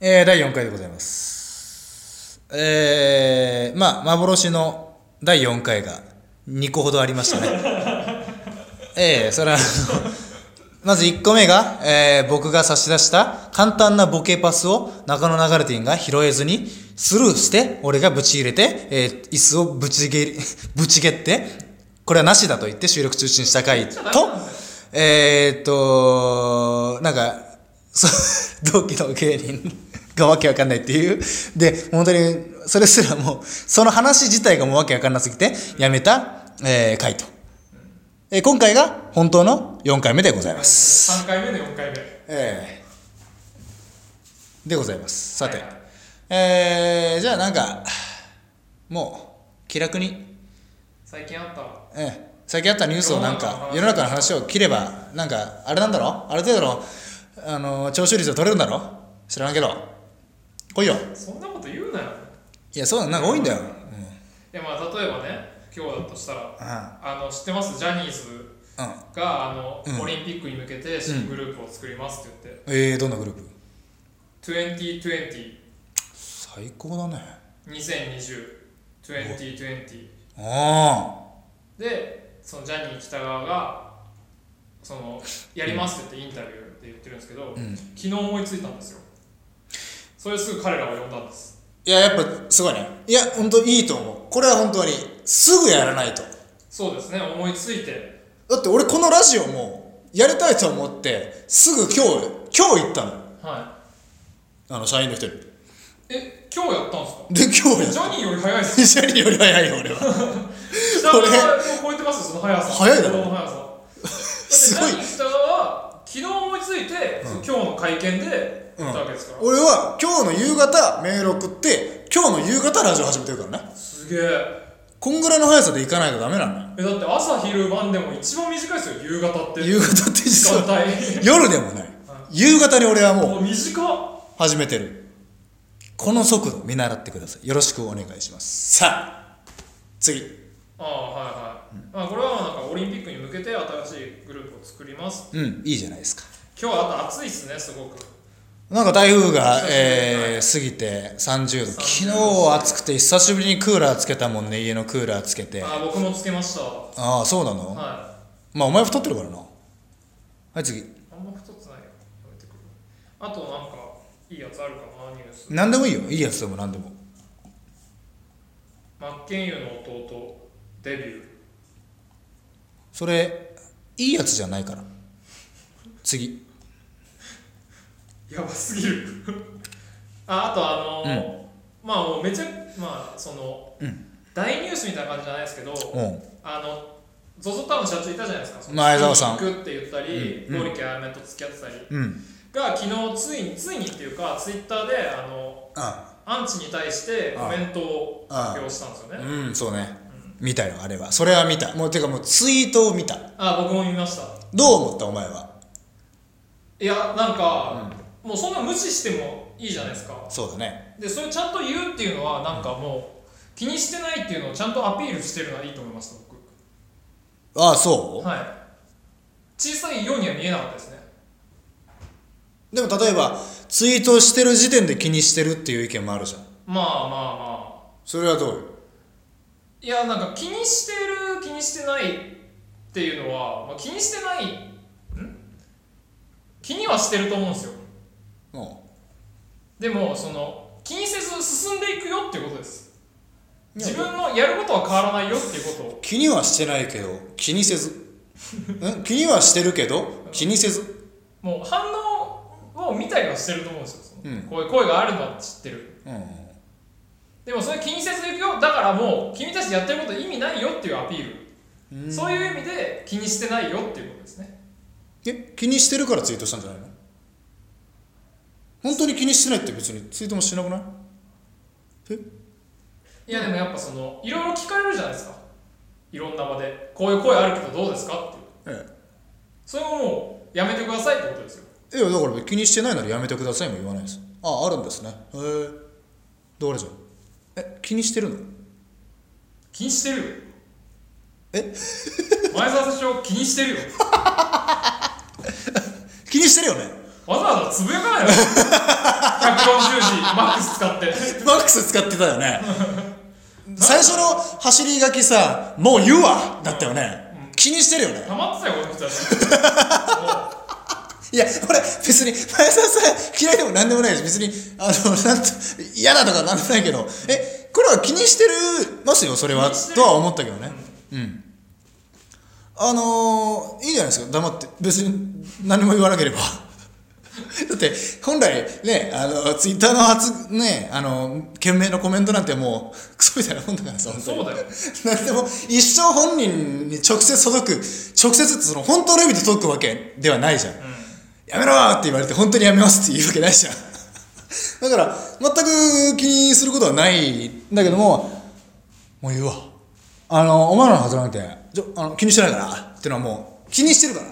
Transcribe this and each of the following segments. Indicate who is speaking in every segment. Speaker 1: えー第4回でございます。えー、まあ、幻の第4回が2個ほどありましたね。ええそれはあの、まず1個目が、えー僕が差し出した簡単なボケパスを中野流れてんが拾えずに、スルーして、俺がぶち入れて、えー椅子をぶちげり、 ぶちげって、これはなしだと言って収録中止にした回と、えーっと、なんか、そう、 同期の芸人がわけわかんないっていう。で、本当に、それすらもう、その話自体がもうわけわかんなすぎて、やめた、えー回と。えー今回が本当の4回目でございます。
Speaker 2: 3回目で4回目
Speaker 1: ええでございますさて、
Speaker 2: はいはい
Speaker 1: えーじゃあなんかもう気楽に、
Speaker 2: 最近あった
Speaker 1: ええ最近あったニュースをなんか世
Speaker 2: 世
Speaker 1: の中
Speaker 2: の
Speaker 1: の
Speaker 2: 中の
Speaker 1: 話を切ればなんかあれなんだろある程度のあの聴取率を取れるんだろ知らんけど来いよ
Speaker 2: そんなこと言うなよ
Speaker 1: いやそうだなんか多いんだよ、うん
Speaker 2: いやまあ例えばね今日だとしたら
Speaker 1: あ
Speaker 2: あの知ってますジャニーズ
Speaker 1: あうん
Speaker 2: があの、
Speaker 1: うん
Speaker 2: オリンピックに向けて新グループを作りますって言って、
Speaker 1: ええどんなグループ
Speaker 2: 2020
Speaker 1: 最高だね
Speaker 2: 2020
Speaker 1: あ
Speaker 2: でそのジャニー喜多川がそのやりますって言ってインタビューで言ってるんですけど、
Speaker 1: あうん
Speaker 2: 昨日思いついたんですよそれですぐ彼らを呼んだんです
Speaker 1: いややっぱすごいねいや本当いいと思うこれは本当にすぐやらないと
Speaker 2: そうですね思いついて
Speaker 1: だって俺このラジオもやりたいと思ってすぐ今日今日行ったの
Speaker 2: は
Speaker 1: あの社員の人に
Speaker 2: いえ今日やったんですか
Speaker 1: で今日
Speaker 2: ジ
Speaker 1: や
Speaker 2: ャニーより早いです
Speaker 1: っ社員より早いよ俺は
Speaker 2: 北
Speaker 1: こ
Speaker 2: 側
Speaker 1: れ
Speaker 2: を超えてますよその速さ
Speaker 1: 早いだろ
Speaker 2: この速さ だ
Speaker 1: すごい
Speaker 2: ってジャニー北川は昨日思いついて、今日の会見で
Speaker 1: うん
Speaker 2: 言ったわけですから、
Speaker 1: 俺は今日の夕方メール送って今日の夕方ラジオ始めてるからね
Speaker 2: すげえ
Speaker 1: こんぐらいの速さで行かないとダメなのよ
Speaker 2: えだって朝昼晩でも一番短いですよ夕方って
Speaker 1: 夕方って
Speaker 2: 時
Speaker 1: 実
Speaker 2: 間
Speaker 1: は
Speaker 2: 帯
Speaker 1: 夜でもない夕方に俺はもう
Speaker 2: もう短っ
Speaker 1: 始めてるこの速度見習ってくださいよろしくお願いしますさあ次
Speaker 2: ああはいはい、まあ、これはなんかオリンピックに向けて新しいグループを作ります
Speaker 1: うんいいじゃないですか
Speaker 2: 今日はあと暑いっすねすごく
Speaker 1: なんか台風が
Speaker 2: 久、しぶり
Speaker 1: えー過ぎて30度昨
Speaker 2: 30
Speaker 1: 日暑くて久しぶりにクーラーつけたもんね家のクーラーつけてあ
Speaker 2: ああ僕もつけましたは
Speaker 1: あーそうなの、
Speaker 2: いあ
Speaker 1: まあお前太ってるからなはい次
Speaker 2: んま太ってないよやめてくるあとなんかいいやつあるかなニュース
Speaker 1: 何でもいいよいいやつでも何でも
Speaker 2: マッケンユーの弟デビュー
Speaker 1: それいいやつじゃないから次
Speaker 2: やばすぎる ああとあのーまあもうめちゃまあその、大ニュースみたいな感じじゃないですけど
Speaker 1: うん
Speaker 2: あの ZOZO タウンの社長いたじゃないですかその
Speaker 1: まあ江沢さん
Speaker 2: 筋肉って言ったり
Speaker 1: うんうん
Speaker 2: ゴリキあやめと付き合ってたり
Speaker 1: うん
Speaker 2: が昨日ついについにっていうかツイッターであの
Speaker 1: あ
Speaker 2: アンチに対してコメントを
Speaker 1: ああ
Speaker 2: 発表したんですよね
Speaker 1: うんそうね見たよあれはそれは見たもうてかもうツイートを見た
Speaker 2: あ僕も見ました
Speaker 1: どう思ったお前はい
Speaker 2: やなんか、もうそんな無視してもいいじゃないですか
Speaker 1: そうだね
Speaker 2: でそれちゃんと言うっていうのはなんかもう気にしてないっていうのをちゃんとアピールしてるのはいいと思いました僕
Speaker 1: ああそう、
Speaker 2: はい小さいようには見えなかったですね
Speaker 1: でも例えばツイートしてる時点で気にしてるっていう意見もあるじゃん
Speaker 2: まあまあまあ
Speaker 1: それはどうよ
Speaker 2: いやなんか気にしてる気にしてないっていうのは、まあ、気にしてないん気にはしてると思うんですよ
Speaker 1: う
Speaker 2: でもその気にせず進んでいくよっていうことです
Speaker 1: いや
Speaker 2: 自分のやることは変わらないよっていうことを
Speaker 1: ん気にはしてないけど気にせず ん気にはしてるけど気にせず
Speaker 2: もう反応を見たりはしてると思うんですよ、その
Speaker 1: うん
Speaker 2: こういう声があるのは知ってる
Speaker 1: うん
Speaker 2: でもそれ気にせず行くよだからもう君たちやってること意味ないよっていうアピール、そういう意味で気にしてないよっていうことですね
Speaker 1: え気にしてるからツイートしたんじゃないの本当に気にしてないって別にツイートもしなくないえ
Speaker 2: いやでもやっぱそのいろいろ聞かれるじゃないですかいろんな場でこういう声あるけどどうですかってい
Speaker 1: え
Speaker 2: うそれももうやめてくださいってことですよ
Speaker 1: えいやだから気にしてないならやめてくださいも言わないですあああるんですねへえどれじゃんえ気にしてるの
Speaker 2: 気にしてるよ
Speaker 1: え
Speaker 2: 前澤社長気にしてるよ
Speaker 1: 気にしてるよね
Speaker 2: わざわざつぶやかないよ100時マックス使って
Speaker 1: マックス使ってたよ ね最初の走り書きさ「もう言うわ!」だったよね、気にしてるよね
Speaker 2: 溜まってたよこの人たち
Speaker 1: いや俺別に前田さん嫌いでも何でもないし別にあのなんと嫌だとかなんでもないけどえこれは気にしてるますよそれは
Speaker 2: 気にしてる
Speaker 1: とは思ったけどねうん、あのーいいじゃないですか黙って別に何も言わなければ だって本来ねあのツイッターの初ねあの懸命のコメントなんてもうクソみたいなもんだからさ本当に
Speaker 2: そうだよ
Speaker 1: なんでも一生本人に直接届く直接ってその本当の意味で届くわけではないじゃん、やめろーって言われて本当にやめますって言うわけないじゃん だから全く気にすることはないんだけどももう言うわあのお前らのはずなんてちょあの気にしてないからってのはもう気にしてるから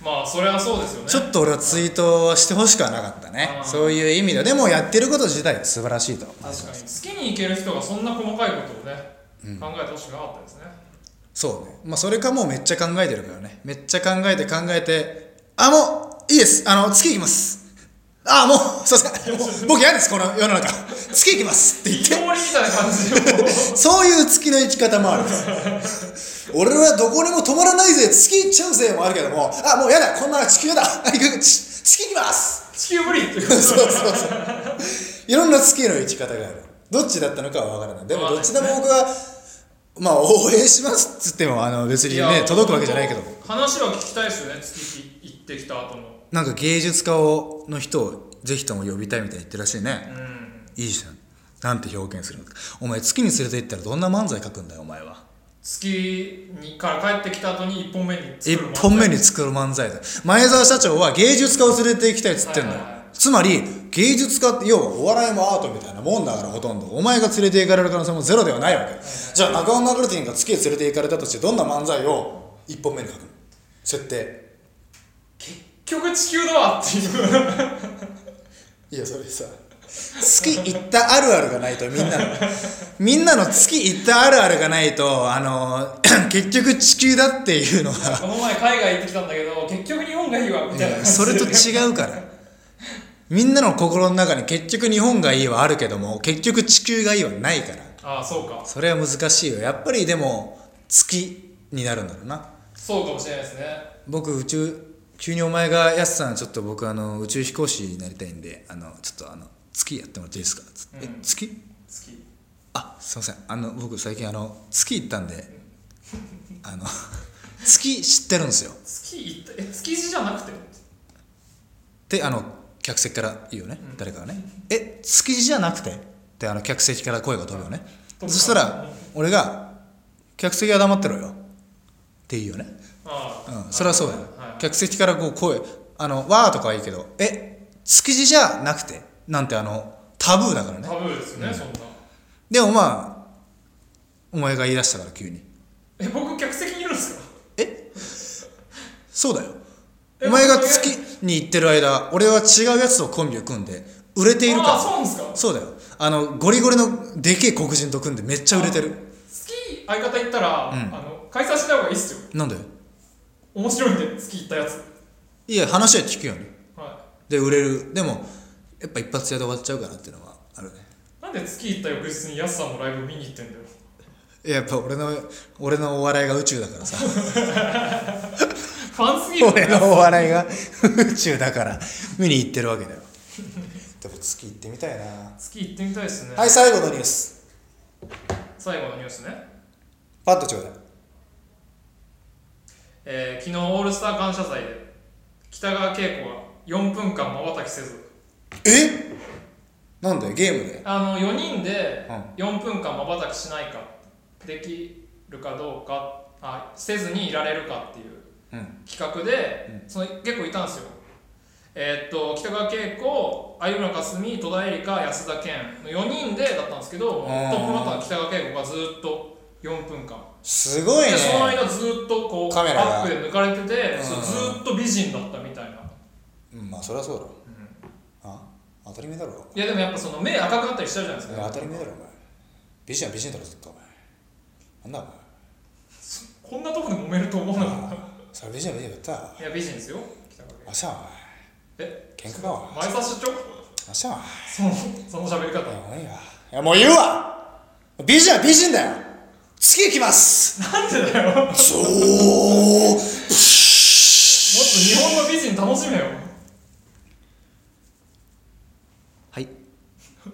Speaker 2: まあそれはそうですよね
Speaker 1: ちょっと俺はツイートはしてほしくはなかったね
Speaker 2: あー
Speaker 1: そういう意味ででもやってること自体は素晴らしいと
Speaker 2: 確かに好きに行ける人がそんな細かいことをね、考えてほしくなかったですね
Speaker 1: そうね。まあ、それかもうめっちゃ考えてるからね。めっちゃ考えて考えて、あ、もう、いいです。あの、月行きます。あ、もう、すいません。もう僕嫌です、この世の中。月行きますって言
Speaker 2: い
Speaker 1: っ
Speaker 2: きり
Speaker 1: て。
Speaker 2: みたいな感じでもう
Speaker 1: そういう月の行き方もある。俺らどこにも止まらないぜ、月行っちゃうぜもあるけども、あ、もう嫌だ、こんな地球だ。あ行くち月行きます。
Speaker 2: 地球無理っていう
Speaker 1: そうそうそう。いろんな月の行き方がある。どっちだったのかは分からない。でも、どっちでも僕は、まあ、応援しますっつっても、あの、別に
Speaker 2: いや
Speaker 1: ね、届くわけじゃないけど。
Speaker 2: 話は聞きたいですよね月行ってきた後の
Speaker 1: なんか芸術家をの人をぜひとも呼びたいみたいに言ってるらしいね、
Speaker 2: うん
Speaker 1: いいじゃんなんて表現するのかお前月に連れて行ったらどんな漫才書くんだよお前は
Speaker 2: 月にから帰ってきた後に1本目に作る
Speaker 1: 1本目に作る漫才だ前澤社長は芸術家を連れて行きたいっつってんのよ、
Speaker 2: はいはいはい
Speaker 1: つまり芸術家って要はお笑いもアートみたいなもんだからほとんどお前が連れて行かれる可能性もゼロではないわけ、じゃあ中尾ナグルティンが月へ連れて行かれたとしてどんな漫才を1本目に書くの設定
Speaker 2: 結局地球だわっていう
Speaker 1: いやそれさ月行ったあるあるがないとみんなのみんなの月行ったあるあるがないとあの 結局地球だっていうのは
Speaker 2: この前海外行ってきたんだけど結局日本がいいわみたいな感じで
Speaker 1: それと違うからみんなの心の中に結局日本がいいはあるけども結局地球がいいはないから
Speaker 2: ああそうか
Speaker 1: それは難しいよやっぱりでも月になるんだろうな
Speaker 2: そうかもしれないですね
Speaker 1: 僕宇宙急にお前が「やすさんちょっと僕あの宇宙飛行士になりたいんであのちょっとあの月やってもらっていいですか」つって、
Speaker 2: うん
Speaker 1: え月
Speaker 2: 月
Speaker 1: あすいませんあの僕最近あの月行ったんであの 月知ってるんですよっ
Speaker 2: 月行ったえ築地じゃなくて
Speaker 1: てあの客席から言うよね、誰かがね「え月じゃなくて?」ってあの客席から声が飛ぶよね、
Speaker 2: うん
Speaker 1: そしたら俺が「客席は黙ってろよ」って言うよね
Speaker 2: ああ、
Speaker 1: うんそれはそうだよ、
Speaker 2: はいはい
Speaker 1: 客席からこう声あの「わー」とかはいいけど「え築地じゃなくて?」なんてあのタブーだからね
Speaker 2: タブーですよね、そんな
Speaker 1: でもまあお前が言い出したから急に
Speaker 2: え僕客席にいるんですか
Speaker 1: えそうだよ
Speaker 2: え
Speaker 1: お前が月に行ってる間俺は違うやつとコンビを組んで売れている
Speaker 2: ああそ
Speaker 1: か
Speaker 2: うなんですから
Speaker 1: そうだよあのゴリゴリのでけえ黒人と組んでめっちゃ売れてる
Speaker 2: 月相方行ったら、
Speaker 1: ん
Speaker 2: あの解散しない方がいいっすよ
Speaker 1: なんだよ
Speaker 2: 面白いんで月行ったやつ
Speaker 1: いや話は聞くよね
Speaker 2: は
Speaker 1: で売れるでもやっぱ一発屋で終わっちゃうかなっていうのはあるね
Speaker 2: いなんで月行った翌日にヤスさんのライブ見に行ってんだよ
Speaker 1: いややっぱ俺の俺のお笑いが宇宙だから さ
Speaker 2: ファンすぎる
Speaker 1: 俺のお笑いが 宇宙だから見に行ってるわけだよでも月行ってみたいな
Speaker 2: 月行ってみたいですね、
Speaker 1: はい最後のニュース
Speaker 2: 最後のニュースね、
Speaker 1: パッとちょうだい
Speaker 2: えー、昨日オールスター感謝祭で北川景子が4分間まばたきせず
Speaker 1: えなんだよゲームで
Speaker 2: あの4人で
Speaker 1: うん
Speaker 2: 4分間まばたきしないかできるかどうかあせずにいられるかっていう
Speaker 1: うん
Speaker 2: 企画で、その結構いたんですよえーっと北川景子有村架純戸田恵梨香安田顕の4人でだったんですけどト
Speaker 1: ん
Speaker 2: ップバッターの北川景子がずっと4分間
Speaker 1: すごいね
Speaker 2: でその間ずっとこう
Speaker 1: カメラが
Speaker 2: バックで抜かれてて、
Speaker 1: うん
Speaker 2: そうずっと美人だったみたいな
Speaker 1: うんまあそりゃそうだろ、あ当たり前だろ
Speaker 2: いやでもやっぱその目赤くなったりしてるじゃないですか
Speaker 1: 当たり前だろお前美人は美人だろずっとお前なんだ
Speaker 2: こんなとこで揉めると思う
Speaker 1: お
Speaker 2: な
Speaker 1: 前
Speaker 2: か
Speaker 1: あ
Speaker 2: っ
Speaker 1: あそれ美人は美人だった
Speaker 2: たいや美人ですよ北川景
Speaker 1: わしゃお前
Speaker 2: 子え
Speaker 1: 喧嘩かお前
Speaker 2: 前澤社長
Speaker 1: ましたわ
Speaker 2: そのその喋り方
Speaker 1: もういいわいやもう言うわ美人は美人だよ次行きます
Speaker 2: なんでだよ もっと
Speaker 1: ゾープシュ
Speaker 2: 日本の美人楽しめよ
Speaker 1: はい